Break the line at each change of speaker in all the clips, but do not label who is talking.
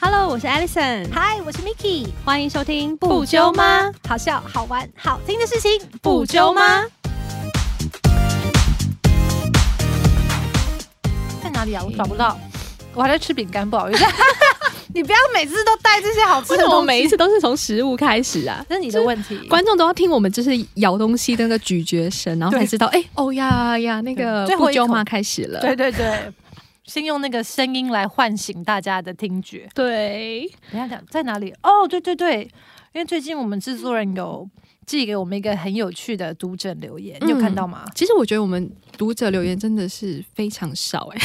Hello，我是 Alison，
嗨，我是 Miki，
欢迎收听？？
好笑、好玩、好听的事情，？？在哪里啊？我找不到，我还在吃饼干，不好意思。 你不要每次都带这些好吃
为
的
什么
东
每一
西，
次都是从食物开始啊？
这是你的问题。
观众都要听我们就是咬东西的那个咀嚼声，然后才
对
知道，哎、哦呀呀，那个
对最
不
后一口
揪吗开始了。
对对对，先用那个声音来唤醒大家的听觉。
对，
等一下讲在哪里？哦，对对对，因为最近我们制作人有寄给我们一个很有趣的读者留言，你有看到吗？
其实我觉得我们读者留言真的是非常少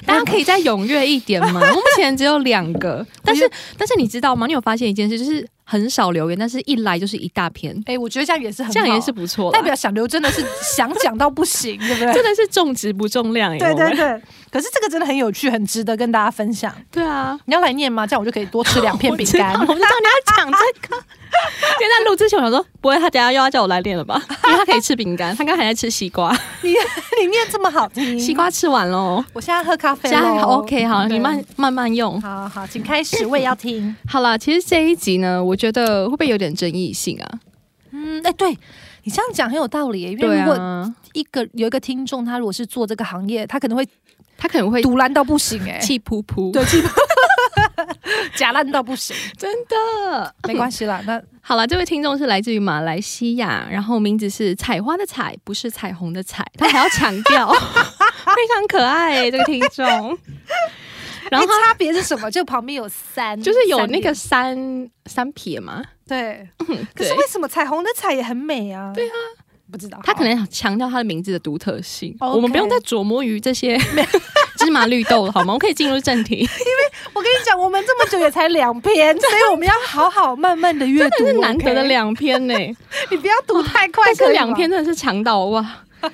哎、大家可以再踊跃一点 吗？我目前只有两个，但是但是你知道吗？你有发现一件事，就是很少留言，但是一来就是一大篇，
哎、我觉得这样也是很好，
这样也是不错啦，
代表小刘真的是想讲到不行，对不 对？
真的是重质不重量哎、
对
我们
对对， 可是这个真的很有趣，很值得跟大家分享。
对啊，
你要来念 吗？这样我就可以多吃两片饼干
我。知道我知道你要讲这个。因为在录之前，我想说，不会他等一下又要叫我来练了吧？因为他可以吃饼干，他刚才还在吃西瓜，
你你念这么好听，
西。瓜吃完喽，
我现在喝咖啡
现在还
了。
好 OK 好，你
对
慢慢慢用。
好好，请开始，我也要听。
好啦，其实这一集呢，我觉得会不会有点争议性啊？
嗯，哎、对你这样讲很有道理耶，因为
对
如果
啊，
一个有一个听众，他如果是做这个行业，他可能会
他可能会
堵烂到不行，哎，
气噗噗。
对，气 假烂到不行，
真的。
没关系 啦。那
好了，这位听众是来自于马来西亚，然后名字是采花的采，不是彩虹的彩，他还要强 调，非常可爱、这个听 众。然后
哎
他
差别是什么？就旁边有三，
就是有
三
那
点
个三三撇嘛，
对。可
对
是，为什么彩虹的彩也很美啊？对啊，不知道。
他可能强调他的名字的独特性。
哦 OK
我们不用再琢磨于这些 芝麻绿豆了，好吗？我可以进入正 题。
我跟你讲，我们这么久也才两篇，所以我们要好好慢慢的阅读，
这是难得的
OK？
两篇呢、
你不要读太快，
但
可
是
以吗
两篇真的是长到哇。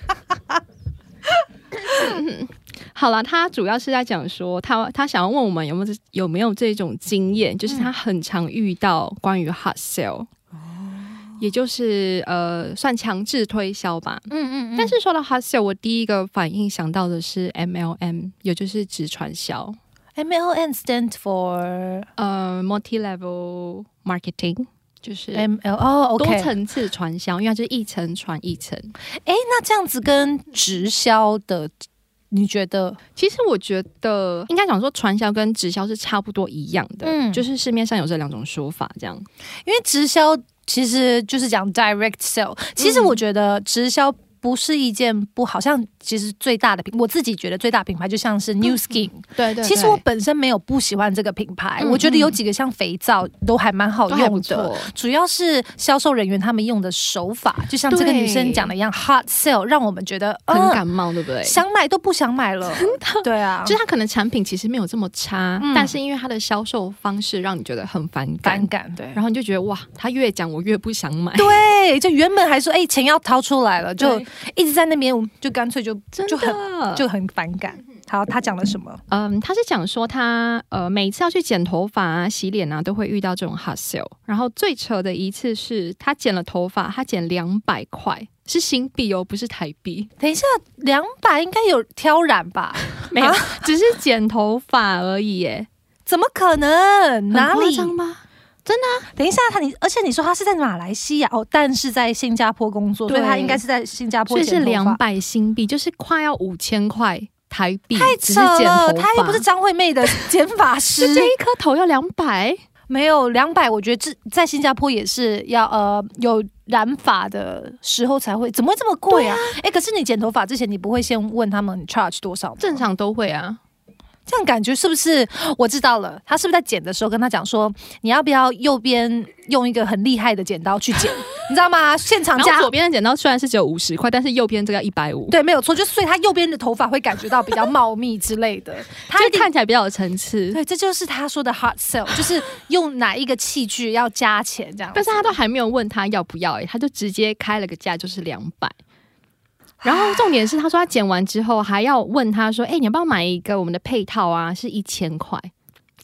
好了，他主要是在讲说，他他想要问我们有没有这有没有这种经验，就是他很常遇到关于 hot sale，、也
哦
就是呃算强制推销吧。
嗯嗯嗯，
但是说到 hot sale，我第一个反应想到的是 MLM，也就是直传销，
M L N stand for
呃，multi level marketing，就是。
M L 哦
多
，OK，
层次传销，因为它就是一层传一层。
哎，那这样子跟直销的，你觉得？
其实我觉得应该讲说，传销跟直销是差不多一样的，
嗯
就是市面上有这两种说法，这样。
因为直销其实就是讲 direct sell，其实
嗯
我觉得直销。不是一件不好像，其实最大的品，我自己觉得最大品牌就像是 New Skin，、
对对
其实我本身没有不喜欢这个品牌，
嗯
我觉得有几个像肥皂都还蛮好
都还不
用的。
错，
主要是销售人员他们用的手法，就像这个
对
女生讲的一样，hot sell，让我们觉得
很
嗯，
感冒，对不对？
想买都不想买了。对啊，
就是它可能产品其实没有这么差，
嗯
但是因为它的销售方式让你觉得很反感，
反感对。
然后你就觉得哇，他越讲我越不想买，
对，就原本还说哎、钱要掏出来了，就
对
一直在那边，我们就干脆就
真
就很
的
就很反感。好，他讲了什么？
嗯，他是讲说他呃每次要去剪头发啊、洗脸啊，都会遇到这种 hot sale。然后最扯的一次是他剪了头发，他剪两百块，是新币哦，不是台 币，
等一下，两百应该有挑染 吧？
没
啊
有，只是剪头发而已耶，
怎么可能？
很
哪
夸
里？
张吗？
等一下，他你，而且你说他是在马来西亚哦，但是在新加坡工作，
对
所以他应该是在新加坡
所以
剪头发。
是两百新币，就是快要五千块台币，
太
只
扯
是剪
了，
头
他又
发，
不是张惠妹的 剪发师
就。这一颗头要两百，
没有两百，200我觉得这在新加坡也是要呃有染发的时候才会，怎么会这么贵啊？哎、可是你剪头发之前，你不会先问他们 charge 多少吗？
正，常都会啊。
这样感觉是不是？我知道了，他是不是在剪的时候跟他讲说，你要不要右边用一个很厉害的剪 刀去剪，你知道吗？现场
然
加
后左边的剪刀虽然是只有五十块，但是右边这个要一百五，
对，没有错，就是所以他右边的头发会感觉到比较茂密之类的，他一
就
定。
看起来比较有层次。
对，这就是他说的 hard sell，就是用哪一个器具要加钱这样。
但是他都还没有问他要不要、欸，他就直接开了个价，就是两百。然后重点是，他说他剪完之后还要问他说：“哎、你要不要买一个我们的配套啊？是一千块，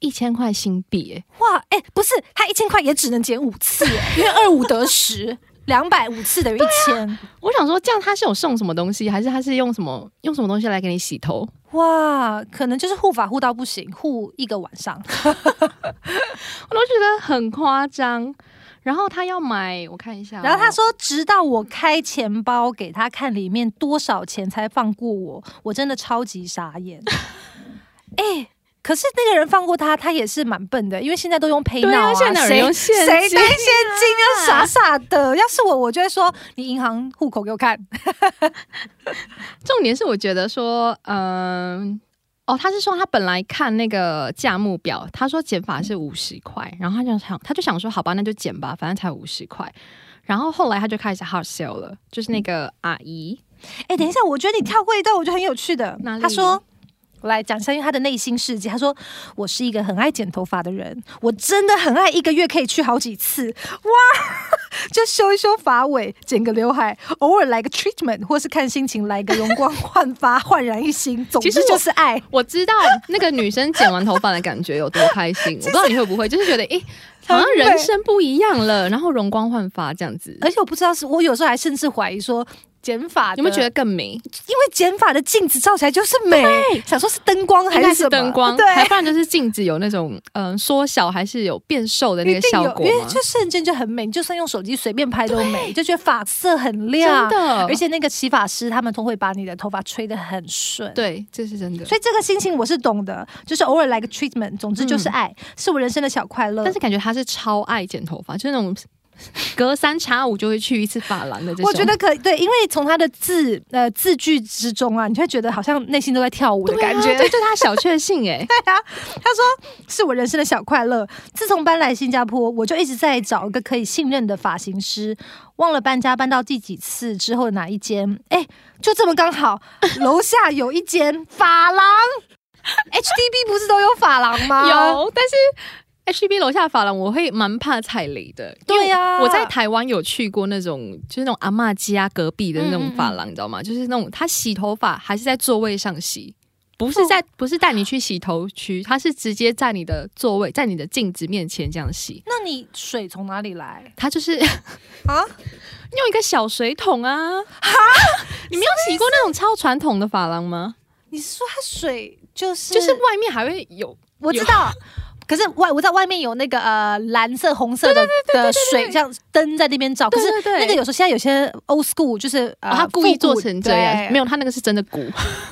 一千块新币、欸，
哇，哎、不是，他一千块也只能减五次耶，因为二五得十。两百五次等于一千，
我想说，这样他是有送什么东西，还是他是用什么用什么东西来给你洗头？
哇，可能就是护法护到不行，护一个晚上。
我都觉得很夸张。然后他要买，我看一下哦、
然后他说，直到我开钱包给他看里面多少钱才放过我，我真的超级傻眼。哎、可是那个人放过他，他也是蛮笨的，因为现在都用 PayNow
对啊，现在哪有人
谁
用现
谁
金
带？现金啊，傻傻的。要是我，我就会说你银行户口给我看。
重点是我觉得说，嗯、哦，他是说他本来看那个价目表，他说减法是
嗯
五十块，然后他就想他就想说，好吧，那就减吧，反正才五十块。然后后来他就开始 hard sell 了，就是
嗯
那个阿姨，
哎、等一下，我觉得你跳过一段，我觉得很有趣的
哪。里
他说。我来讲一下，因为他的内心世界。他说：“我是一个很爱剪头发的人，我真的很爱一个月可以去好几次，哇！ 就修一修发尾，剪个刘海，偶尔来个 treatment，或是看心情来个容光焕发，焕然一新。总之
其实我
就是爱。
我知道那个女生剪完头发的感觉有多开心，我不知道你会不会，就是觉得， 诶，好像人生不一样了，然后容光焕发这样子，
而且我不知道是我有时候还甚至怀疑说，剪发
有没有觉
得？
得更美？
因为剪发的镜子照起来就是美，想说是灯光
应
还
该
什么
是灯光，
对，
还不然就是镜子有那种嗯缩小还是有变瘦的那
一
个
定
效
有，
果
因为
吗？
就瞬间就很美，你就算用手机随便拍都美，就觉得发色很亮
真，的，
而且那个洗发师他们都会把你的头发吹得很顺。
对，这是真的。
所以这个心情我是懂的，就是偶尔来个 treatment，总之就是
嗯
爱，是我人生的小快乐。
但是感觉他是超爱剪头发，就是那种隔三差五就会去一次发廊的这种。
我觉得可对，因为从他的字呃字句之中啊，你会觉得好像内心都在跳舞的
对啊
感觉。
对，就他小确幸哎、
啊是我人生的小快乐。自从搬来新加坡，我就一直在找一个可以信任的发型师。忘了搬家搬到第几次之后哪一间？哎，就这么刚好，楼下有一间发廊。HDB 不是都有发廊吗？。
有， 啊但是 HB 楼下发廊我会蛮怕踩雷的。因为
对呀
我在台湾有去过那种，就是那种阿嬷家隔壁的那
嗯嗯
种
嗯
发廊，你知道吗？就是那种他洗头发还是在座位上洗。不是在，不是带你去洗头区，他是直接在你的座位，在你的镜子面前这样洗。
那你水从哪里来
他就是
啊？
用一个小水桶啊！哈，你没有洗过那种超传统的发廊吗？
你是说它水就是
就是外面还会有，
我知道。可是外我在外面有那个呃蓝色红色的的水，这样灯在那边照。可
对
是
对对
那个有时候现在有些 old school 就是呃
哦他故意
复古
做成这样，
对
没有，他那个是真的鼓，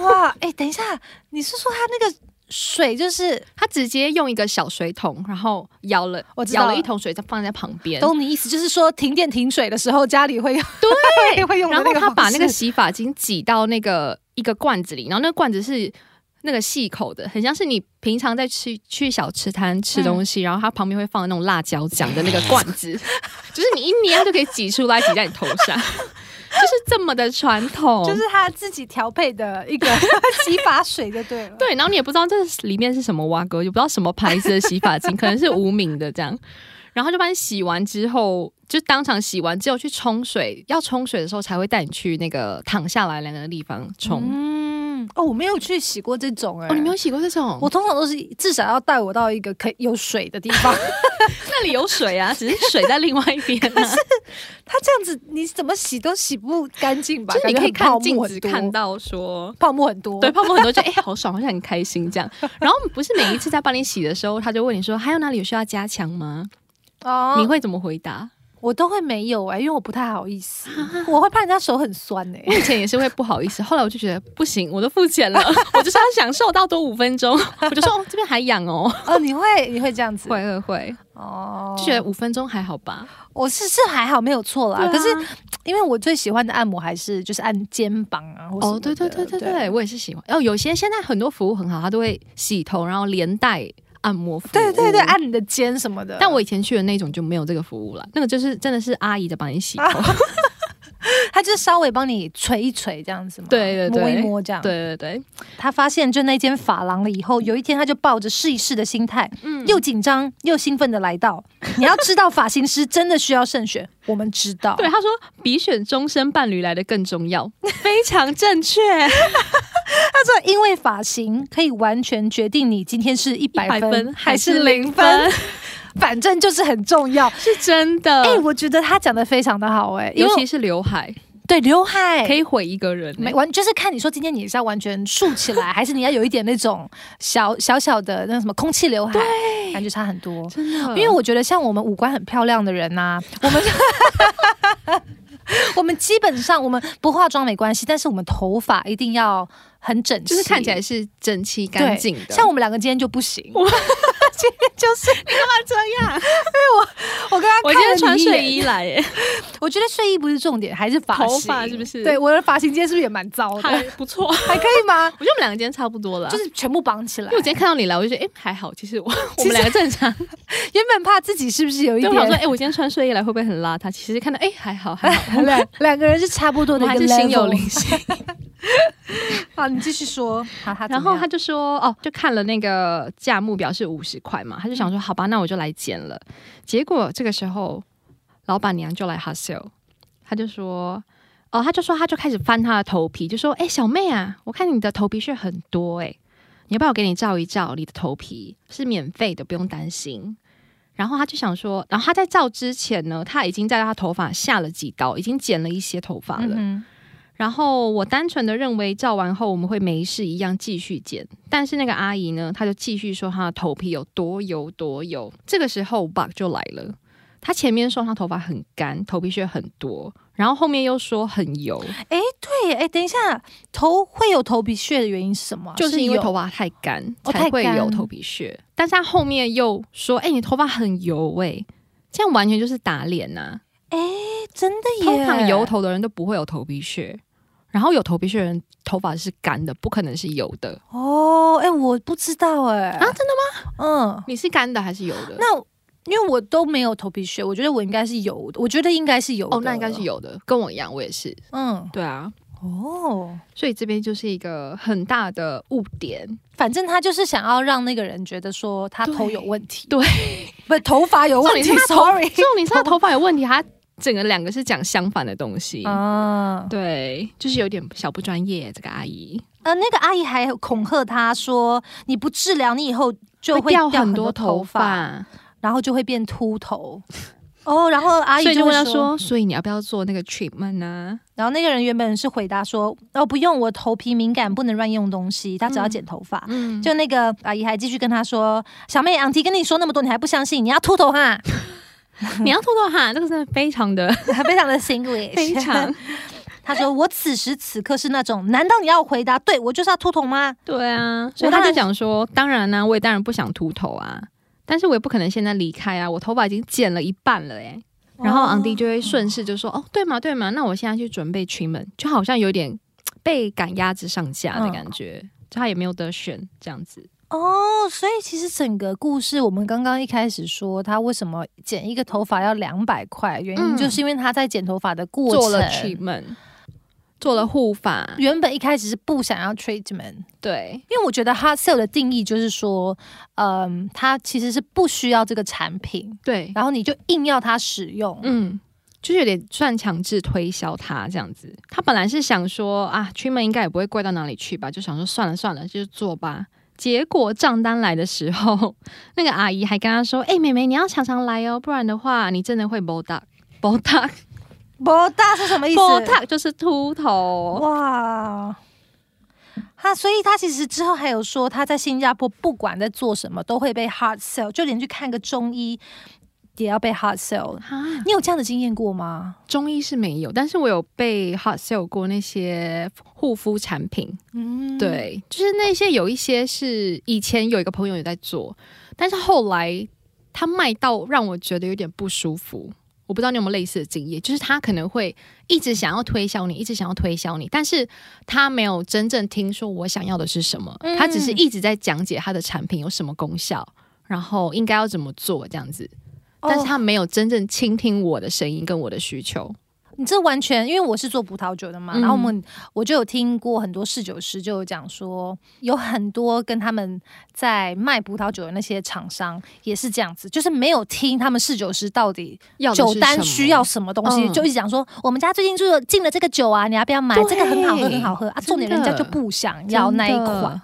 哇，哎、等一下，你是说它那个水就是
他直接用一个小水桶，然后舀了，
我知道
舀了一桶水，再放在旁边。
懂你意思？就是说停电停水的时候，家里会 会会用的
然
那
后
个
他把那个
方式
洗发精挤到那个一个罐子里，然后那个罐子是那个细口的，很像是你平常在吃去小吃摊吃东
嗯
西，然后它旁边会放那种辣椒酱的那个罐 子，就是你一捏它就可以挤出来，挤在你头上， 就是这么的传统。
就是他自己调配 的一个洗发水就对了。
对，然后你也不知道这里面是什么蛙哥，也不知道什么牌子的洗发精，可能是无名的这样。然后就把你洗完之后，就当场洗完之后去冲水，要冲水的时候才会带你去那个躺下来那个地方冲。
嗯，哦，我没有去洗过这种哎、
哦，你没有洗过这种？
我通常都是至少要带我到一个可以有水的地方。
那里有水啊，只是水在另外一边、 啊。
它这样子你怎么洗都洗不干净吧？
就是你
感
可
觉
以
很泡
看
沫
镜
很
子
多
看到说，
泡沫很多。
对，泡沫很多就哎、好爽，好像很开心这样。然后不是每一次在帮你洗的时候，他就问你说还有哪里有需要加强吗？
哦
你会怎么回答？
我都会没有哎、因为我不太好意 思，我会怕人家手很酸哎、
我以前也是会不好意 思，后来我就觉得不行，我都付钱了，我就是要享受到多五分钟。我就说哦，这边还痒哦，
哦，你会你会这样子？
会会会，
哦，
就觉得五分钟还好吧。
我是是还好没有错啦，可
对
是
啊
因为我最喜欢的按摩还是就是按肩膀啊，或什么
哦，对对
的
对对对，。我也是喜欢。哦，有些现在很多服务很好，他都会洗头，然后连带按摩服务。
对对对，按你的肩什么的。
但我以前去的那种就没有这个服务了，那个就是真的是阿姨在帮你洗 头。
他就是稍微帮你捶一捶这样子嘛，
对对对
摸一摸这样。
对对对，
他发现就那间发廊了以后，有一天他就抱着试一试的心态，
嗯
又紧张又兴奋的来 到。你要知道，发型师真的需要慎选，我们知道。
对，他说比选终身伴侣来的更重 要，非常正确，
他说，因为发型可以完全决定你今天是一
一
百分
分
还是
零
零分。。反正就是很重要。
是真的。
哎、我觉得他讲的非常的好、哎，因
尤
为
其是刘海，
对刘海
可以毁一个人、
哎
欸
没完，就是看你说今天你是要完全竖起来，还是你要有一点那种小小小的那什么空气刘海，感觉差很多。
真的，
因为我觉得像我们五官很漂亮的 人呐、我们 我们基本上我们不化妆没关系，但是我们头发一定要很整齐，
就是看起来是整齐
对
干净的，
像我们两个今天就不行，
我
今天就是
这样。
我跟他
我今天穿睡，衣来、 耶，
我觉得睡衣不是重点，还是发型，
头发是不是
对，我的发型今天是不是也蛮糟 的？
还不错。
还可 以吗？
哦我觉得我们两个今天差不多了，
就是全部绑起来
因为。我今天看到你来，我就觉得哎、还好，其 实我我
其实
们两个正常。
原本怕自己是不是有一
对，我想说
点
哎、我今天穿睡衣来会不会很邋遢？其实看到哎、还好 还好，
两两个人是差不多
我
的
们
一
还
个
是
level。
心有灵犀。
好，你继续说。好，他
然后他就说哦，就看了那个价目表是五十块嘛，他就
嗯
想说好吧，那我就来剪了。结果这个时候老板娘就来 hustle，他就说。哦，他就说，他就开始翻他的头皮，就说：“哎、小妹啊，我看你的头皮屑很多、哎，你要不要我给你照一照？你的头皮是免费的，不用担心。”然后他就想说，然后他在照之前呢，他已经在他头发下了几刀，已经剪了一些头发了。
嗯
然后我单纯的认为照完后我们会没事一样继续剪，但是那个阿姨呢，她就继续说她的头皮有多油多油。这个时候 bug 就来了，她前面说她头发很干，头皮屑很多，然后后面又说很油，
哼，哎，对，哎，等一下，头会有头皮屑的原因是什么啊？
就是因为
有
头发太干
哦
才会
太干
有头皮屑。但是她后面又说，哎、你头发很油哎、这样完全就是打脸呐、
哎真的耶，
通常油头的人都不会有头皮屑，然后有头皮屑的人头发是干的，不可能是油的。
哦，哎，我不知道哎
啊
真的吗？嗯，
你是干的还是油的？
那因为我都没有头皮屑，我觉得我应该是有的，我觉得应该是有的
哦，那应该是，有的，跟我一样，我也是。
嗯，
对啊，
哦，
所以这边就是一个很大的误点，
反正他就是想要让那个人觉得说他头
对
有问题，
对，
不头 发有问
重
题
点是他头
，sorry
重点是他头发有问题，他整个两个是讲相反的东西。
啊，
对，就是有点小不专业，这个阿姨
呃，那个阿姨还恐吓他说你不治疗，你以后就会
掉
很
多
头发，
发，
然后就会变秃头。哦，然后阿
所
姨
以就
会
问她，说，所以你要不要做那个 treatment 啊？
然后那个人原本是回答说，哦，不用，我头皮敏感，不能乱用东西，他只要剪头发。
嗯，
就那个阿姨还继续跟他说：“小妹，昂提跟你说那么多，你还不相信？你要秃头哈，
你要脱脱哈，这个真的非常 的
非常的 English，
非 常。
他说：“我此时此刻是那种，难道你要我回答对我就是要秃头吗？
对啊， 所以
我
他
当
就
然
讲说，当然啊呢、我也当然不想秃头啊，但是我也不可能现在离开啊，我头发已经剪了一半了哎、然
哦
后昂迪就会顺势就说：“哦，对嘛，对嘛，那我现在去准备 treatment，就好像有点嘖被赶鸭子上架
嗯
的感觉，就他也没有得选这样子。
哦，所以其实整个故事，我们刚刚一开始说他为什么剪一个头发要两百块，原因
嗯
就是因为他在剪头发的过程，嗯
做了 treatment，做了护发，
原本一开始是不想要 treatment，
对，
因为我觉得 hard sell 的定义就是说，嗯，他其实是不需要这个产品，
对，
然后你就硬要他使用，
嗯，就是有点算强制推销他这样子。他本来是想说啊，treatment 应该也不会贵到哪里去吧，就想说算了算了，就做吧。结果账单来的时候，那个阿姨还跟他说：“哎、妹妹，你要常常来哦，不然的话，你真的会 b o d u c b o d u c
不大是什么意思？
波烫就是秃头，
哇，他所以他其实之后还有说，他在新加坡不管在做什么都会被 hard sell，就连去看个中医也要被 hard sell。
啊，
你有这样的经验过吗？
中医是没有，但是我有被 hot sale 过那些护肤产品，
嗯，
对，就是那些有一些是以前有一个朋友也在做，但是后来他卖到让我觉得有点不舒服。我不知道你有没有类似的经验，就是他可能会一直想要推销你，一直想要推销你，但是他没有真正听说我想要的是什么，
嗯
他只是一直在讲解他的产品有什么功效，然后应该要怎么做这样子。
哦，
但是他没有真正倾听我的声音跟我的需求。
你这完全，因为我是做葡萄酒的嘛，
嗯
然后我们我就有听过很多侍酒师就有讲说，有很多跟他们在卖葡萄酒的那些厂商也是这样子，就是没有听他们侍酒师到底
要的是
酒单
什么
需要什么东西，
嗯
就一直讲说我们家最近就有进了这个酒啊，你要不要买？
对
这个很好喝，很好喝啊！
真的
重点人家就不想要那一款，，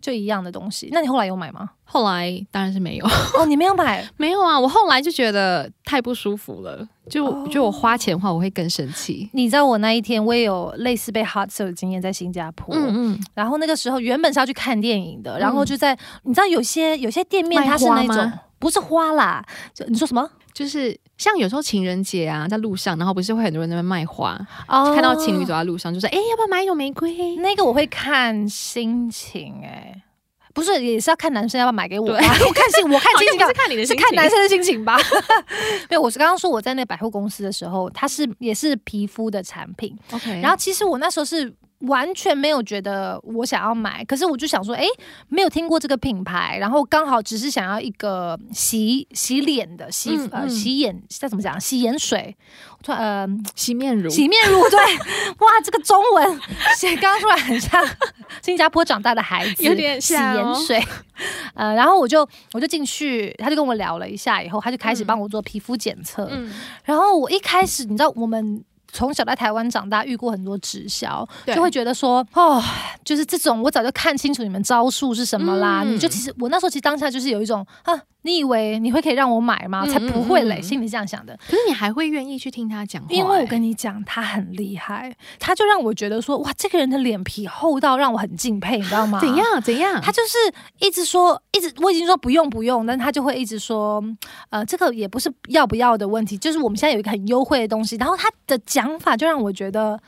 就一样的东西。那你后来有买 吗？
后来当然是没有，
哦，你没有买，
没有啊！我后来就觉得太不舒服了，就、
哦
就我花钱的话，我会更生气。
你知道我那一天我也有类似被 hot sale 的经验，在新加坡。
嗯嗯，
然后那个时候原本是要去看电影的，
嗯
然后就在、你知道有些有些店面
卖
它是
花
那种
吗
不是花啦，就你说什么？
就是像有时候情人节啊，在路上，然后不是会很多人在那边卖花，
哦
看到情侣走在路上，就说：“哎、要不要买一朵玫瑰
那个我会看心情哎、不是也是要看男生要不要买给我吧？啊
对
我看心我？”看
好
心情啊
像不是看你的
是
心
看
情
男生的心情吧。 没有，我是刚刚说我在那个百货公司的时候，它是也是皮肤的产品，
OK，
然
然后
后其实我那时候是完全没有觉得我想要买，可是我就想说，诶，哎没有听过这个品牌，然后刚好只是想要一个洗洗脸的洗、
嗯
呃
嗯
洗眼叫怎么讲洗眼水，我突然呃
洗面乳，
洗面乳对，哇这个中文写刚刚出来很像新加坡长大的孩子，
有点
洗
像
眼
哦
水。呃，然后我就我就进去，他就跟我聊了一下，以后他就开始
嗯
帮我做皮肤检测，
嗯，
然后我一开始，你知道我们。从小在台湾长大，遇过很多直销，
对
就会觉得说，哦，就是这种，我早就看清楚你们招数是什么啦。
嗯
你就其实我那时候其实当下就是有一种啊，你以为你会可以让我买吗？
嗯
才不会嘞，
嗯嗯
心里这样想的。
可是你还会愿意去听他讲话、
因为我
欸
跟你讲，他很厉害，他就让我觉得说，哇，这个人的脸皮厚到让我很敬佩，你知道 吗？
怎？样怎样，
啊他就是一直说，一直我已经说不用不用，但他就会一直说，呃，这个也不是要不要的问题，就是我们现在有一个很优惠的东西，然后他的讲法就让我觉得。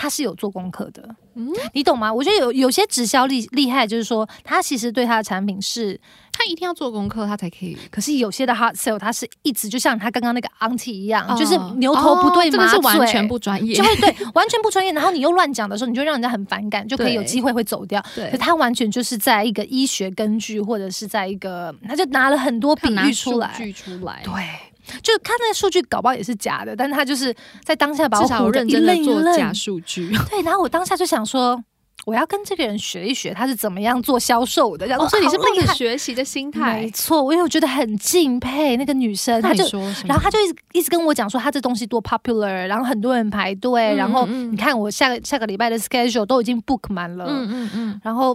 他是有做功课的，
嗯
你懂吗？我觉得有有些直销厉厉害，就是说他其实对他的产品是，
他一定要做功课，他才可以。
可是有些的 hard sale，他是一直就像他刚刚那个 auntie 一样，哦就是牛头不对
哦真
马
的
嘴，
是完全不专业
就。会对完全不专业。然后你又乱讲的时候，你就让人家很反感，就可以有
对
机会会走掉。
对
可他完全就是在一个医学根据，或者是在一个，他就拿了很多比喻出来，
据出来
对，啊就看那个数据，搞不好也是假的，但他就是在当下把我
至少
唬
有
得
认
一
真的
愣一
做
愣
假数据。
对，然后我当下就想说，我要跟这个人学一学，他是怎么样做销售的，然后、
所以你是
好
抱
厉
着
害，
学习哦的心
没
态。
错，我有觉得很敬佩那个女生，她就。
说什
然后他就一直一直跟我讲说他这东西多 popular，然后很多人排队，
嗯
然后
嗯嗯
你看我下个下个礼拜的 schedule 都已经 book 满了，
嗯嗯嗯，
然后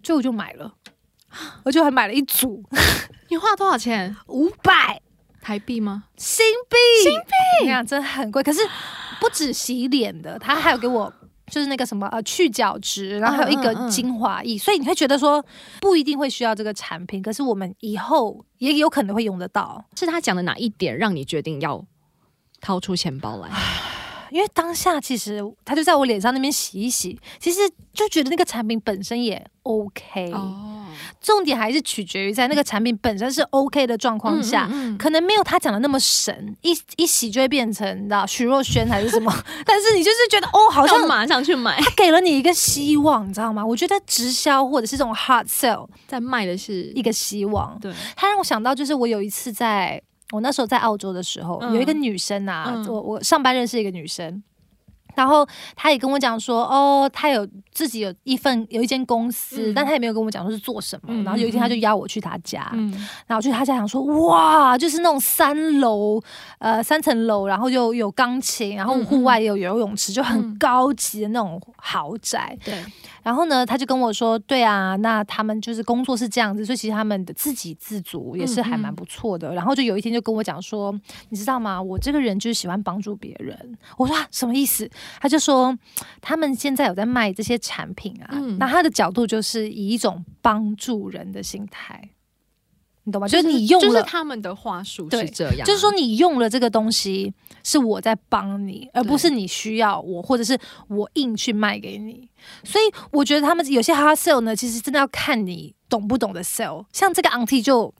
就我就买了，我就还买了一组
你花了多少钱？
五百
台币吗？
新币，新币，呀，真的很贵。可是不止洗脸的，他还有给我。就是那个什么呃去角质，然后还有一个
嗯嗯嗯
精华液，所以你会觉得说不一定会需要这个产品，可是我们以后也有可能会用得到。
是他讲的哪一点让你决定要掏出钱包来？
因为当下其实他就在我脸上那边洗一洗，其实就觉得那个产品本身也 OK，、
哦，
重点还是取决于在那个产品本身是 OK 的状况下。
嗯嗯嗯
可能没有他讲的那么神，一一洗就会变成你知道徐若瑄还是什么， 但是你就是觉得哦，好像
要马上去买，
他给了你一个希望，你知道吗？我觉得直销或者是这种 hard sell
在卖的是
一个希望，
对，
他让我想到，就是我有一次在我那时候在澳洲的时候，
嗯
有一个女生啊，
嗯
我我上班认识一个女生。然后她也跟我讲说，哦，她有自己有一份有一间公司，
嗯
但她也没有跟我讲说是做什么。
嗯
然后有一天，她就邀我去她家，
嗯，
然后我去她家想说，哇，就是那种三楼，呃，三层楼，然后又有钢琴，然后
嗯嗯
户外也有游泳池，就很
嗯
高级的那种豪宅。
对，
然后呢，他就跟我说，对啊，那他们就是工作是这样子，所以其实他们的自给自足也是还
嗯
蛮不错的。然后就有一天就跟我讲说，你知道吗？我这个人就是喜欢帮助别人。我说、啊、什么意思？他就说他们现在有在卖这些产品啊，
嗯
那他的角度就是以一种帮助人的心态，你懂吗？就是
是
你用了，
就是他们的话术
对
是这样，
就是说，你用了这个东西，是我在帮你，而不是你需要我，或者是我硬去卖给你。所以我觉得他们有些 hard sell 呢，其实真的要看你懂不懂得 sell。像这个 auntie 就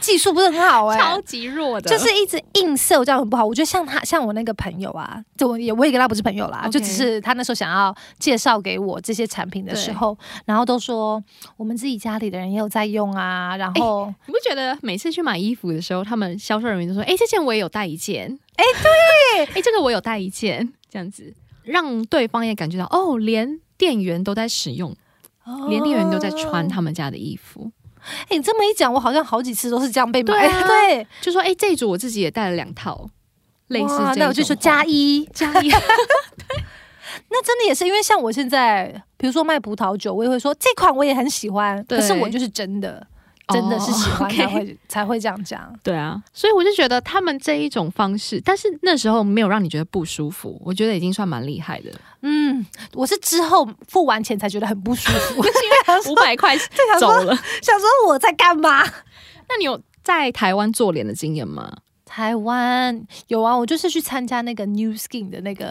技术不是很好哎、
超级弱的，
就是一直硬 sell 这样很不好。我觉得像他，像我那个朋友啊，就我也我也跟他不是朋友啦
OK
就只是他那时候想要介绍给我这些产品的时候，然后都说哦我们自己家里的人也有在用啊，然后、
你不觉得每次去买衣服的时候，他们销售人员就说：“哎、这件我也有带一件。 哎，对，哎，这个我有带一件，这样子让对方也感觉到哦，连店员都在使用，连店员都在穿
哦
他们家的衣服。
哎、你这么一讲，我好像好几次都是这样被买。
对啊
对，
就说：“哎、这一组我自己也带了两套，类似
哇
这
那我就
种
说
话
加一。
加一，
那真的也是因为像我现在，比比如说卖葡萄酒，我也会说这款我也很喜欢，
对
可是我就是真的真的是喜
哦
欢
，OK
才会、才会这样讲。
对啊，所以我就觉得他们这一种方式，但是那时候没有让你觉得不舒服，我觉得已经算蛮厉害 的。
嗯，我是之后付完钱才觉得很不舒服， 因为想
五
说
百块
想
走
说
了，
想说我在干嘛？
那你有在台湾做脸的经验吗？
台湾有啊，我就是去参加那个 New Skin 哦的那个，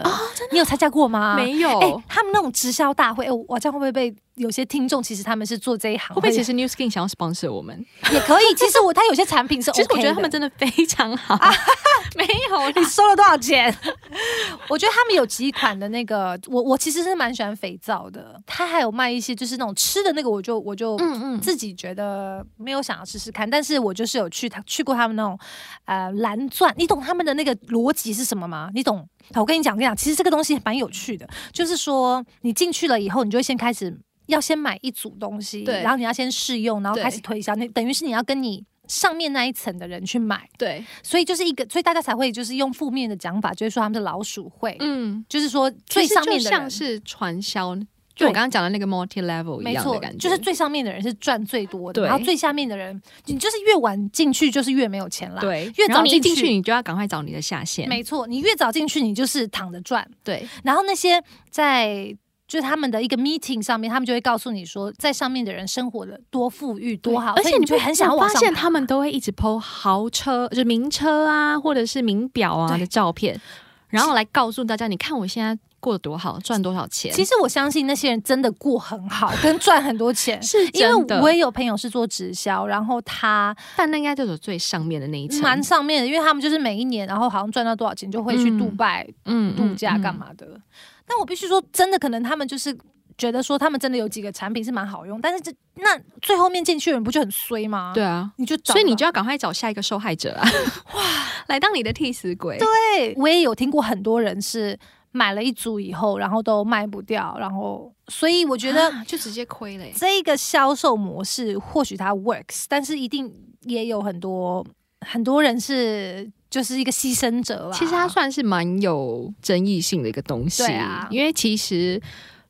你有参加过吗？。
有
哎、他们那种直销大会，哎、我这样会不会被有些听众其实他们是做这一行，
会不会其实 New Skin 想要 sponsor 我们？
也可以？其实我他有些产品是 OK
其
的，啊
实我觉得他们真的非常好， 没有
你
啦
收了多少钱？ 我觉得他们有几款的那个，我我其实是蛮喜欢肥皂的，他还有卖一些就是那种吃的那个，我就我就
嗯嗯，
自己觉得没有想要试试看，但是我就是有去他去过他们那种呃蓝钻，你懂他们的那个逻辑是什么吗？你懂？好我跟你讲，我跟你讲，其实这个东西蛮有趣的，就是说你进去了以后，你就会先开始要先买一组东西，
对
然后你要先试用，然后
对
开始推销，你等于是你要跟你。上面那一层的人去买，
对，
所以就是一个，所以大家才会就是用负面的讲法，就是说他们是老鼠会，
嗯，
就是说
最
最上
上面
面
就
的
像
人，
是传销，就我刚刚讲的那个 multi level 一
没
样的
错
感，觉，
就是最上面的人是赚最多的，
对
然后最下面的人，你就是越晚进去就是越没有钱啦。
对，
越
然后
早
你一进
进去
去，你就要赶快找你的下线，
没错，你越早进去，你就是躺着赚。
对，
然后那些在就是他们的一个 meeting 上面，他们就会告诉你说，在上面的人生活的多富裕多好，
而
所
且
以你
你
就会很想要往
发
上
现
爬
他们都会一直 PO 豪车，就是名车啊，或者是名表啊
对
的照片，然后来告诉大家，你看我现在过得多好，赚多少钱，。
其实我相信那些人真的过很好，跟赚很多钱
是
因
真
为
的，
我也有朋友是做直销，然后他
但那应该就是最上面的那一层，
蛮上面的，因为他们就是每一年，然后好像赚到多少钱就会去
嗯
杜拜
嗯
度假干？嘛的。但我必须说，真的可能他们就是觉得说，他们真的有几个产品是蛮好用，但是这那最后面进去的人不就很衰
嗯，
吗？
对啊，
你就找
所以你
不到
就要赶快找下一个受害者啊！ 哇，来当你的替死鬼。对，啊
对我也有听过很多人是买了一组以后，然后都卖不掉，然后所以我觉得。
啊就直接亏了耶。
这一个销售模式或许它 works，但是一定也有很多很多人是就是一个牺牲者啦。
其实它算是蛮有争议性的一个东西，
对啊
因为其实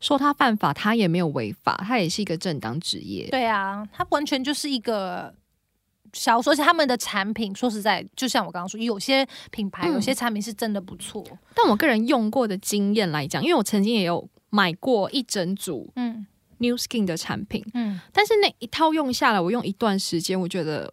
说它犯法，它也没有违法，它也是一个正当职业。
对啊，它完全就是一个销售，而且他们的产品，说实在，就像我刚刚说，有些品牌、
嗯
有些产品是真的不错。
但我个人用过的经验来讲，因为我曾经也有买过一整组
嗯
New Skin 的产品，
嗯，
但是那一套用下来，我用一段时间，我觉得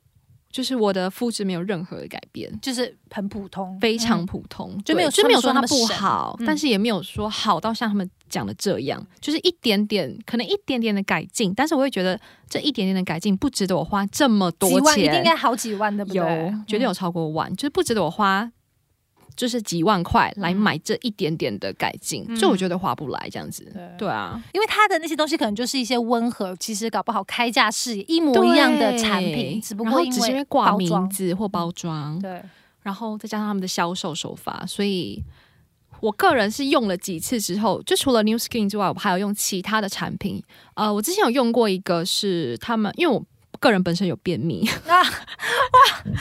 就是我的肤质没有任何的改变。
就是很普通，
非常
嗯
普通，
就
对
没有
就没有说它
他们
不
说那么
好，
神嗯
但是也没有说好到像他们讲的这样，就是一点点，可能一点点的改进，但是我会觉得这一点点的改进不值得我花这么多
几万，一定
钱，
应该好几万，对不嗯对？
有绝对有超过万，就是不值得我花。就是几万块来买这一点点的改进，
嗯
就我觉得划不来这样子。
对
对啊，
因为它的那些东西可能就是一些温和，其实搞不好开架式也一模一样的产
对
品，只不
然
过
后
因
只是因为
为
挂
包装嗯
名字或包装，
对，
然后再加上他们的销售手法，所以我个人是用了几次之后，就除了 New Skin 之外，我还有用其他的产品。呃，我之前有用过一个是他们，因为我个人本身有便 秘，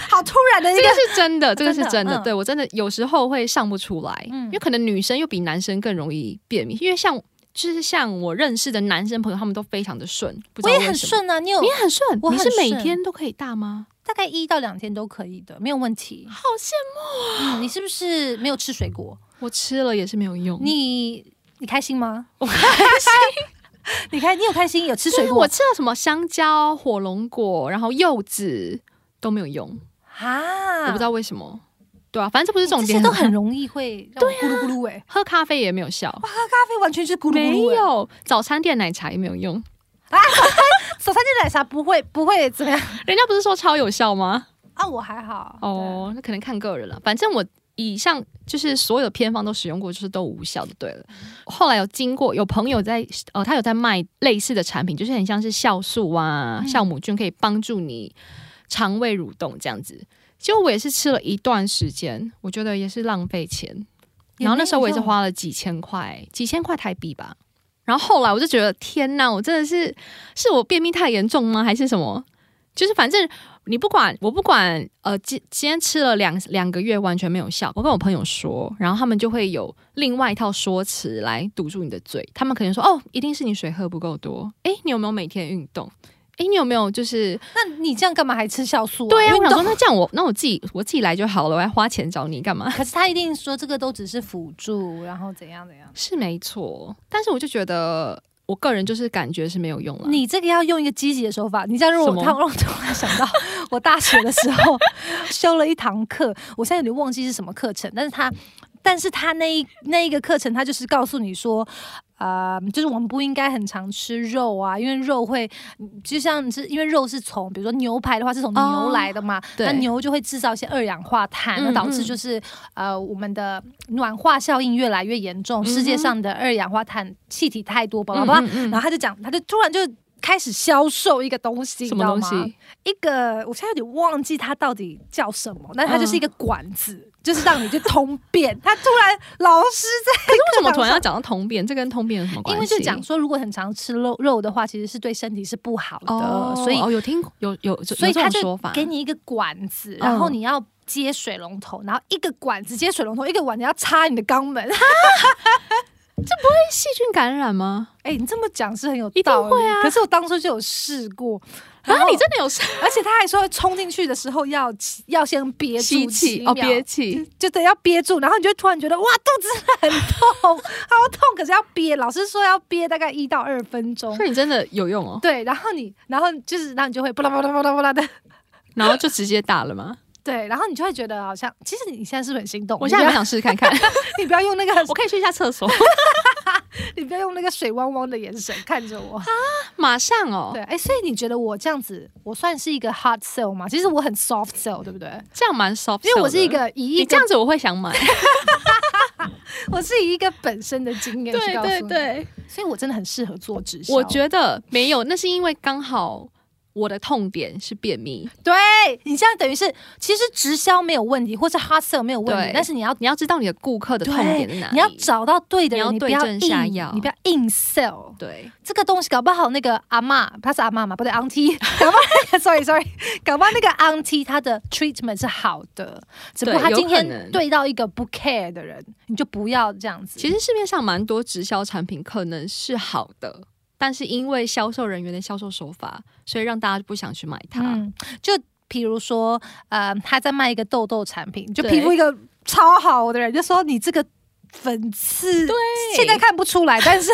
好突然的一
这个
个，
是真的，这个是真
真
的，
的嗯
对我真的有时候会上不出来，
嗯
因为可能女生又比男生更容易便秘，因为像就是像我认识的男生朋友，他们都非常的顺，不知道
我也
为
很
什么。
顺啊，你有
你也很顺，
我
你是
很
每
顺
天都可以大吗？
大概一到两天都可以的，没有问题。
好羡
嗯你是不是没有吃水果？
慕！我吃了也是没有用。
你你开心吗？嗯 我开心。 你开，你有开心，有吃水
啊我
果
吃了什么香蕉、火龙果，然后柚子都没有用，
啊？
我不知道为什么。对啊，反正这不是重
这
点
些，都很容易会让我咕噜咕噜哎、
喝咖啡也没有效，
咖啡完全是咕噜咕噜、欸，
没有早餐店奶茶也没有用。
手餐店奶茶不会不会怎么样
人家不是说超有效吗？
啊？我还好哦，
哦，那可能看个人了。反正我以上就是所有的偏方都使用过，就是都无效的，对了。后来有经过有朋友在呃，他有在卖类似的产品，就是很像是酵素啊、
嗯
酵母菌，可以帮助你肠胃蠕动这样子。结果我也是吃了一段时间，我觉得也是浪费钱。
也没有
然后那时候我也是
用
花了几千块，几千块台币吧。然后后来我就觉得，天呐，我真的是是我便秘太严重吗？还是什么？就是反正你不管我不管，呃，今今天吃了两两个月完全没有效，我跟我朋友说，然后他们就会有另外一套说辞来堵住你的嘴。他们可能说，哦，一定是你水喝不够多，诶，你有没有每天运动？诶，你有没有就是
那你这样干嘛还吃酵素、啊？
对啊，
运
我想
动
说，那这样我那我自己我自己来就好了，我还花钱找你干嘛？
可是他一定说这个都只是辅助，然后怎样怎样。
是没错，但是我就觉得，我个人就是感觉是没有用了。嗯
你这个要用一个积极的手法，你这样让我
什么
让让我突然想到，我大学的时候 修了一堂课，我现在有点忘记是什么课程，但是他，但是他那一那一个课程，他就是告诉你说。啊、就是我们不应该很常吃肉啊，因为肉会，就像是因为肉是从，比如说牛排的话是从
哦
牛来的嘛，
对
那牛就会制造一些二氧化碳，那
嗯
导致
嗯
就是呃，我们的暖化效应越来越严重，世界
嗯哼
上的二氧化碳气体太多，巴
嗯
拉巴拉。
嗯嗯
然后他就讲，他就突然就开始销售一个东西，
什么东
你知道吗
西？
一个我现在有点忘记它到底叫什么，但它就是一个管子，就是让你去通便。 他突然老师在，可是
为什么突然要讲到通便？这跟通便有什么关
因
系？
为就讲说，如果很常吃肉肉的话，其实是对身体是不好的，
哦，
所以
哦有听有有，
所
有
以
这
他
种
就
说法
给你一个管子，然后
嗯
你要接水龙头，然后一个管子接水龙头，一个管子要插你的肛门。
细菌感染吗？
哎、你这么讲是很有
一定
道理，
会啊
可是我当初就有试过，
啊，你真的有吸
而且他还说冲进去的时候要要先憋住
吸
几
气
秒
哦，憋气，
就得要憋住，然后你就会突然觉得哇，肚子很痛，好痛，可是要憋。老师说要憋大概一到二分钟
所，以你真的有用哦。
对，然后你，然后就是，然后你就会不啦不啦不啦不啦的，
然后就直接打了 吗？
对，然后你就会觉得好像，其实你现在是不是很心动？
我现在很想试试看 看，
你不要，你不要用那个，
我可以去一下厕所，
你不要用那个水汪汪的眼神看着我。
马上哦
对，。哎、所以你觉得我这样子，我算是一个 hard sell 吗？其实我很 soft sell，对不对？
这样蛮 soft，
因为我是一
sell 的。
个以一
你
个
这样子我会想 买，
我是以一个本身的经验去告诉你，，
对，
所以我真的很适合做直销。
我觉得没有，那是因为刚好我的痛点是便秘，
对你这样等于是，其实直销没有问题，或是 hard sell 没有问题
对，
但是你要
你要知道你的顾客的痛点在哪里，
你要找到对的人，
你要
不要
对症下
硬
药
你不要硬 sell
对，
这个东西，搞不好那个阿嬷，她是阿嬷嘛，不对，auntie，搞不 好那个 sorry sorry，搞不好那个 auntie 她的 treatment 是好的，只不过
对
她
有
今
可
天
能
对到一个不 care 的人，你就不要这样子。
其实市面上蛮多直销产品可能是好的，但是因为销售人员的销售手法，所以让大家不想去买它。
嗯，就比如说，呃，他在卖一个痘痘产品，就
对
皮肤一个超好的人就说你这个粉刺，对，现在看不出来， 但是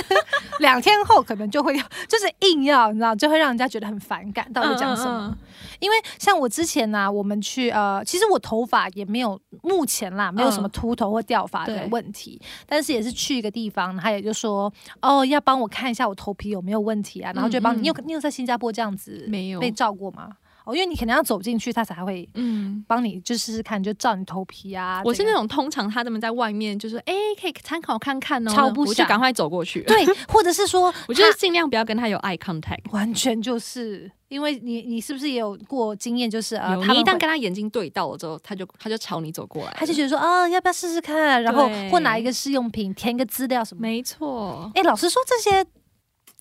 两天后可能就会有，就是硬要，你知道，就会让人家觉得很反感，到底在讲什么？
嗯？嗯嗯
因为像我之前呢、我们去呃，其实我头发也没有目前啦，没有什么秃头或掉发的
嗯对
问题，但是也是去一个地方，他也就说哦，要帮我看一下我头皮有没有问题啊，然后就帮
嗯
你。
嗯
你有你有在新加坡这样子
没有
嗯被照过吗？哦，因为你可能要走进去，他才会
嗯
帮你就试试看，就照你头皮啊。
我是
怎
那
样。
种通常他们在外面就是哎、可以参考看看哦，
超不
我就
想
赶快走过去。
对，或者是说
，我就是尽量不要跟他有 eye contact。
他完全就是因为你，你是不是也有过经验？就是呃，
有
他
你一
们
旦
会
跟他眼睛对到了之后，他就他就朝你走过来了，
他就觉得说啊，要不要试试看？然后
对
或拿一个试用品，填一个资料什么的
没错，
哎、老实说，这些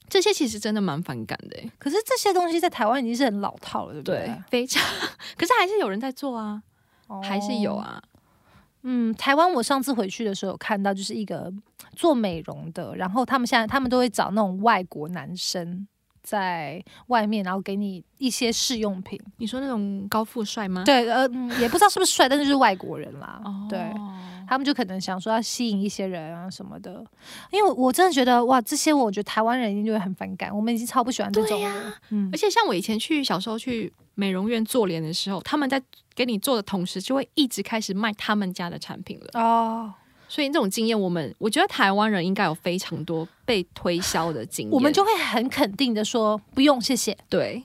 这些其实真的蛮反感的、欸
可是这些东西在台湾已经是很老套了，对不对？
对，非常。 可是还是有人在做啊，
哦
还是有。啊。
嗯，台湾我上次回去的时候有看到，就是一个做美容的，然后他们现在他们都会找那种外国男生在外面，然后给你一些试用品。
你说那种高富帅吗？
对，呃，嗯也不知道是不是帅，但是就是外国人啦。
哦，
对。他们就可能想说要吸引一些人啊什么的，因为我我真的觉得哇，这些我觉得台湾人一定就会很反感，我们已经超不喜欢这种了。嗯
而，且像我以前去小时候去美容院做脸的时候，他们在给你做的同时，就会一直开始卖他们家的产品了。
哦，
所以这种经验，我们我觉得台湾人应该有非常多被推销的经验。
我们就会很肯定的说不用，谢谢。
对，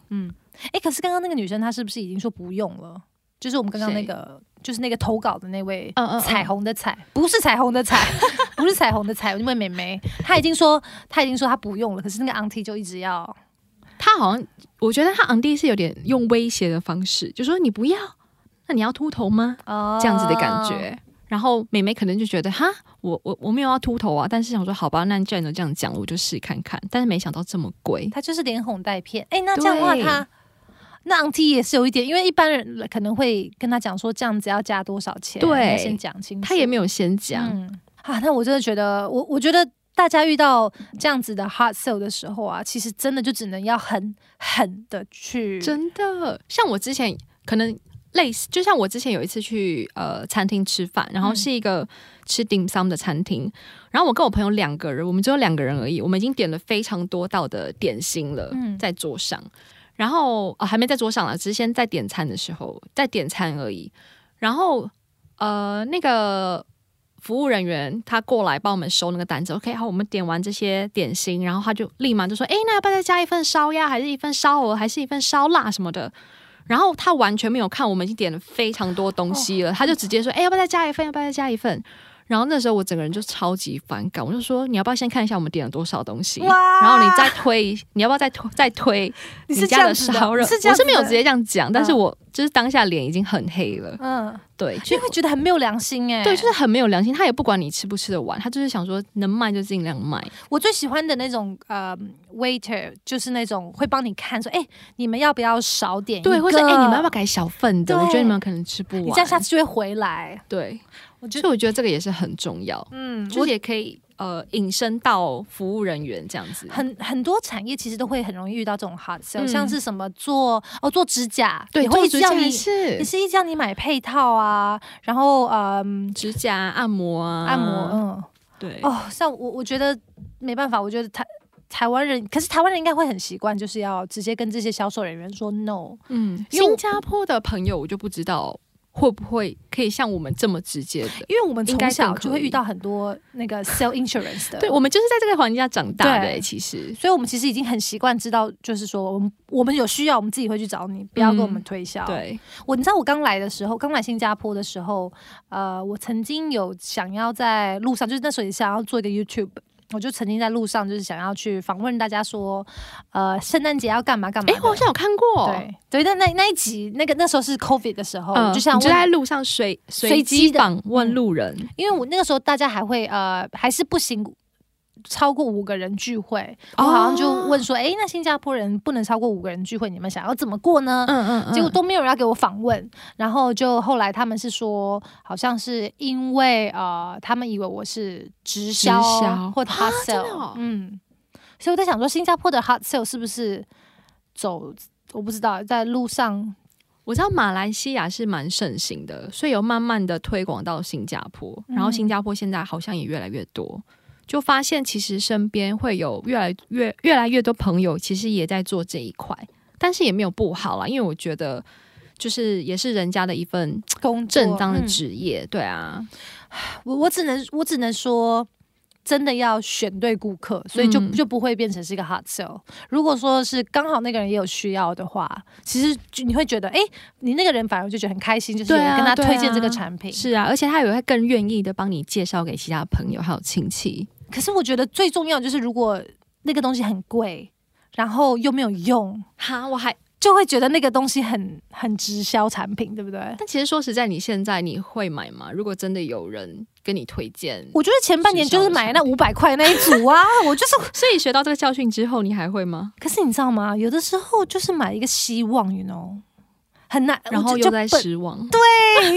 哎、可是刚刚那个女生她是不是已经说不用了？就是我们刚刚那个，就是那个投稿的那位，
嗯嗯嗯
彩虹的彩，不是彩虹的彩， 不是彩虹的彩，因为妹妹她已经说她已经说她不用了，可是那个 auntie 就一直要，
他好像我觉得他昂弟是有点用威胁的方式，就说你不要，那你要秃头吗？
哦
这样子的感。觉。然后美眉可能就觉得哈，我我我没有要秃头啊，但是想说好吧，那既然都这样讲，我就试看看。但是没想到这么贵，
她就是连哄带骗。哎、那这样的话
对
她。那 auntie 也是有一点，因为一般人可能会跟他讲说这样子要加多少钱，
对
要先讲清楚。
他也没有先讲，
嗯啊，那我真的觉得，我我觉得大家遇到这样子的 hard sale 的时候啊，其实真的就只能要狠狠的去，
真的。像我之前可能类似，就像我之前有一次去呃餐厅吃饭，然后
嗯
是一个吃 dim sum 的餐厅，然后我跟我朋友两个人，我们只有两个人而已，我们已经点了非常多道的点心了，
嗯
在桌上，然后、呃、还没在桌上了，只是先在点餐的时候在点餐而已，然后呃那个。服务人员他过来帮我们收那个单子，OK，好，我们点完这些点心，然后他就立马就说，诶，那要不要再加一份烧鸭，还是一份烧鹅，还是一份烧腊什么的？然后他完全没有看我们已经点了非常多东西
哦
了，他就直接说，诶，哎要不要再加一份？要不要再加一份？然后那时候我整个人就超级反感，我就说你要不要先看一下我们点了多少东西，
哇
然后你再推，你要不要再推再推
你是这
家
样
的
子的
烧肉？
你是这
我
样子
是
的
没有直接这样讲，但是
嗯
我就是当下脸已经很黑了，
嗯，
对，就
就会觉得很没有良心哎、
对，就是很没有良心。他也不管你吃不吃得完，他就是想说能卖就尽量卖。
我最喜欢的那种呃 waiter，就是那种会帮你看说，哎、你们要不要少点一个？
对，或者哎、你们要不要改小份的？
对
我觉得你们可能吃不完。
你这样下次就会回来。
对，
我
所
觉
以
得，
我觉得这个也是很重要，
嗯，
嗯就
我
是也可以呃引申到服务人员这样子。
很很多产业其实都会很容易遇到这种 hard sale，、
嗯
像是什么做哦做指甲，
对，
也会
做
一直
指
要
甲也
你，也
是
是一直要你买配套啊，然后嗯。
指甲按摩啊，
按摩，嗯，
对，
哦，像我我觉得没办法，我觉得台台湾人，可是台湾人应该会很习惯，就是要直接跟这些销售人员说 no，
嗯，
因为我
新加坡的朋友我就不知道会不会可以像我们这么直接的。
因为我们
应该
从
更
小就
可
会
以
遇到很多那个 sell insurance 的，
对，我们就是在这个环境下长大的、
对
其实
所以我们其实已经很习惯知道，就是说我们我们有需要，我们自己会去找你，不要跟我们
嗯
推销。
对，
我你知道我刚来的时候，刚来新加坡的时候，呃，我曾经有想要在路上，就是那时候也想要做一个 YouTube。我就曾经在路上，就是想要去访问大家说，呃，圣诞节要干嘛干嘛
哎、
的。
我好像有看过，
对对，但那那一集那个那时候是 COVID 的时候，
嗯，
哦我就想
你就
问
在路上随
随
随
机
机
的
访问
嗯
路人，
因为我那个时候大家还会呃还是不行，超过五个人聚会，我
哦
好像就问说，哎、那新加坡人不能超过五个人聚会，你们想要怎么过呢？
嗯嗯嗯
结果都没有人要给我访问，然后就后来他们是说，好像是因为呃，他们以为我是直销
直销
或者 hot
真
sale，、
的哦
嗯，所以我在想说，新加坡的 hot sale 是不是走我不知道，在路上
我知道马来西亚是蛮盛行的，所以有慢慢的推广到新加坡，然后
嗯
新加坡现在好像也越来越多，就发现其实身边会有越来越越来越多朋友，其实也在做这一块，但是也没有不好啦，因为我觉得就是也是人家的一份
工作
正当的
嗯
职业，对啊，
我我只能我只能说，真的要选对顾客，所以就、
嗯
就不会变成是一个 hard sell。如果说是刚好那个人也有需要的话，其实就你会觉得，哎、你那个人反而就觉得很开心，就是有
对
人
啊
跟他
对
推荐这个
啊
产品。
是啊，而且他也会更愿意的帮你介绍给其他朋友还有亲戚，
可是我觉得最重要的就是，如果那个东西很贵，然后又没有用，
哈，我还
就会觉得那个东西很很直销产品，对不对？
但其实说实在，你现在你会买吗？如果真的有人跟你推荐，
我觉得前半年
直销
就
的
是买那五百块那一组啊，我就是
所以学到这个教训之后，你还会吗？
可是你知道吗？有的时候就是买一个希望，you know，很难，
然后
呃我就
又在
就笨
失望，
对对，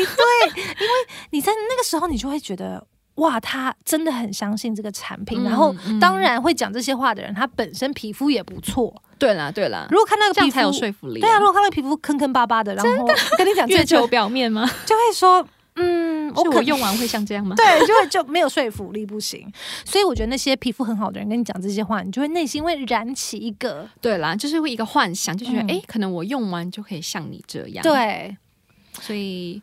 因为你在那个时候，你就会觉得哇，他真的很相信这个产
嗯
品，然后。
嗯
当然会讲这些话的人，他本身皮肤也不错。
对啦对啦
如，果看那
嗯
个
这
皮
样
肤，
才有说服力、啊
对啊，如，果看那个皮肤坑坑巴巴的，然后跟你讲这
月球
就
表面 吗？
就会说，嗯，
是
可
我用完会像这样吗？
对，就会就没有说服力，不行。 所以我觉得那些皮肤很好的人跟你讲这些话，你就会内心会燃起一个
对啦，就是会一个幻想，就觉得哎、
嗯
诶可能我用完就可以像你这样。，
对
所以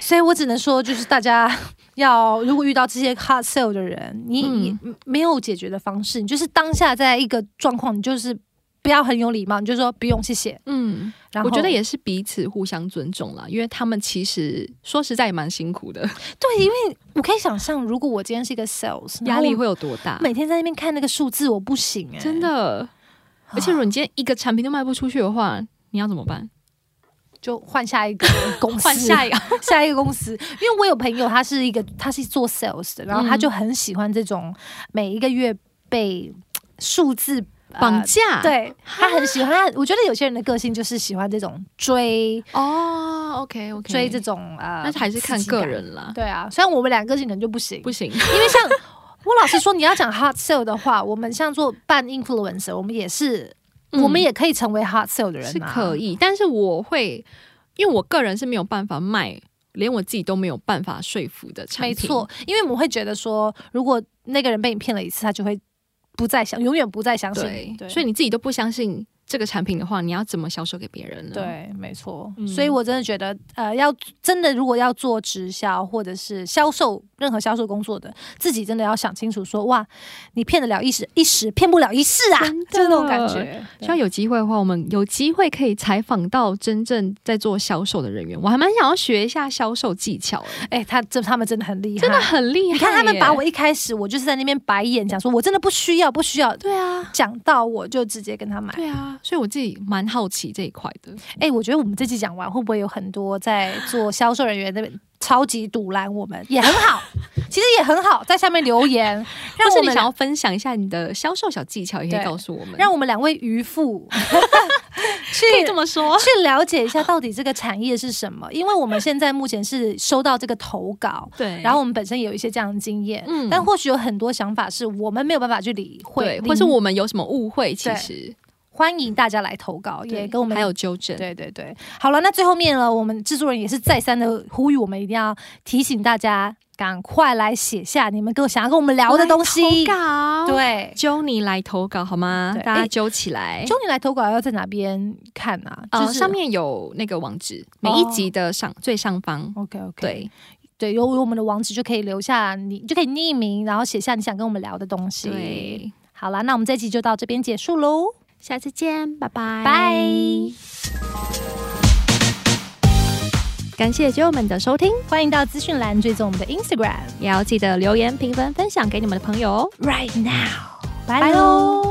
所以我只能说，就是大家要如果遇到这些 hard sale 的人，你、
嗯
你没有解决的方式，你就是当下在一个状况，你就是不要很有礼貌，你就说不用谢谢。
嗯，
然后
我觉得也是彼此互相尊重啦，因为他们其实说实在也蛮辛苦的，
对，因为我可以想象，如果我今天是一个 sales，
压力
然后
会有多大
我？每天在那边看那个数字，我不行哎、啊
真的，而且如果你今天一个产品都卖不出去的话，你要怎么办？
就换下一个公司，
哦 换下 一个。
下一个公司，因为我有朋友，他是一个他是做 sales 的，然后他
嗯
就很喜欢这种每一个月被数字呃
绑架，
对他很喜欢他，我觉得有些人的个性就是喜欢这种追
哦，OK OK，
追这种呃，
但是还是看
刺激感
个。人嗯啦，
对啊，虽然我们两个个性可能就 不行，
不 行，
因为像我老实说，你要讲 hot sale 的话，我们像做半 influencer，我们也是，我们
也。
也可以成为 hot sale 嗯的人、啊，
嗯是可以，但是我会，因为我个人是没有办法卖，连我自己都没有办法说服的产
没
品。
错，，因为我们会觉得说，如果那个人被你骗了一次，他就会不再相，永远不再相信
对
你。，对，
所以你自己都不相信这个产品的话，你要怎么销售给别人呢？，
对，没错。
嗯
所以我真的觉得，呃，要真的如果要做直销或者是呃销售，任何销售工作的，自己真的要想清楚说，哇，你骗得了一时，一时骗不了一世啊，
真的
就是那种感觉。
希望有机会的话，我们有机会可以采访到真正在做销售的人员。我还蛮想要学一下销售技巧的，
哎、他这他们真的很厉害，
真的。很厉害耶。
你看他们把我一开始我就是在那边白眼，讲说我真的不需要，不需要。
对啊，
讲到我就直接跟他买。
对啊，所以我自己蛮好奇这一块的。
哎、我觉得我们这期讲完，会不会有很多在做销售人员那边超级堵拦我们？也很好，其实也很好，在下面留言，让
或
我
是你
们
想
两
要分享一下你的销售小技巧，也可以
对
告诉我们。
让我们两位 渔夫去
可以这么说，
去了解一下到底这个产业是什么，因为我们现在目前是收到这个投稿。
对
然后我们本身也有一些这样的经验，
嗯
但或许有很多想法是我们没有办法去理会
对，，
理
或是我们有什么误会，其
对
实
欢迎大家来投稿，也
对
跟我们
还有纠正。
对对对，好了，那最后面了，我们制作人也是再三的呼吁，我们一定要提醒大家，赶快来写下你们跟想要跟我们聊的东西
来。投稿，
对，
揪你来投稿好吗
对？
大家
哎
揪起来。
中年来投稿要在哪边看啊？就
呃，
是、
上。面有那个网址，每一集的上最上方。
OK OK，
对
对，有有我们的网址就可以留下你，就可以匿名，然后写下你想跟我们聊的东西。，
对，
好啦，那我们这期就到这边结束喽，
下次见，拜拜
拜。
感谢酒友们的收听，
欢迎到资讯栏追踪我们的 Instagram
也要记得留言、评分、分享给你们的朋友哦。
right now，拜
拜
喽。
喽。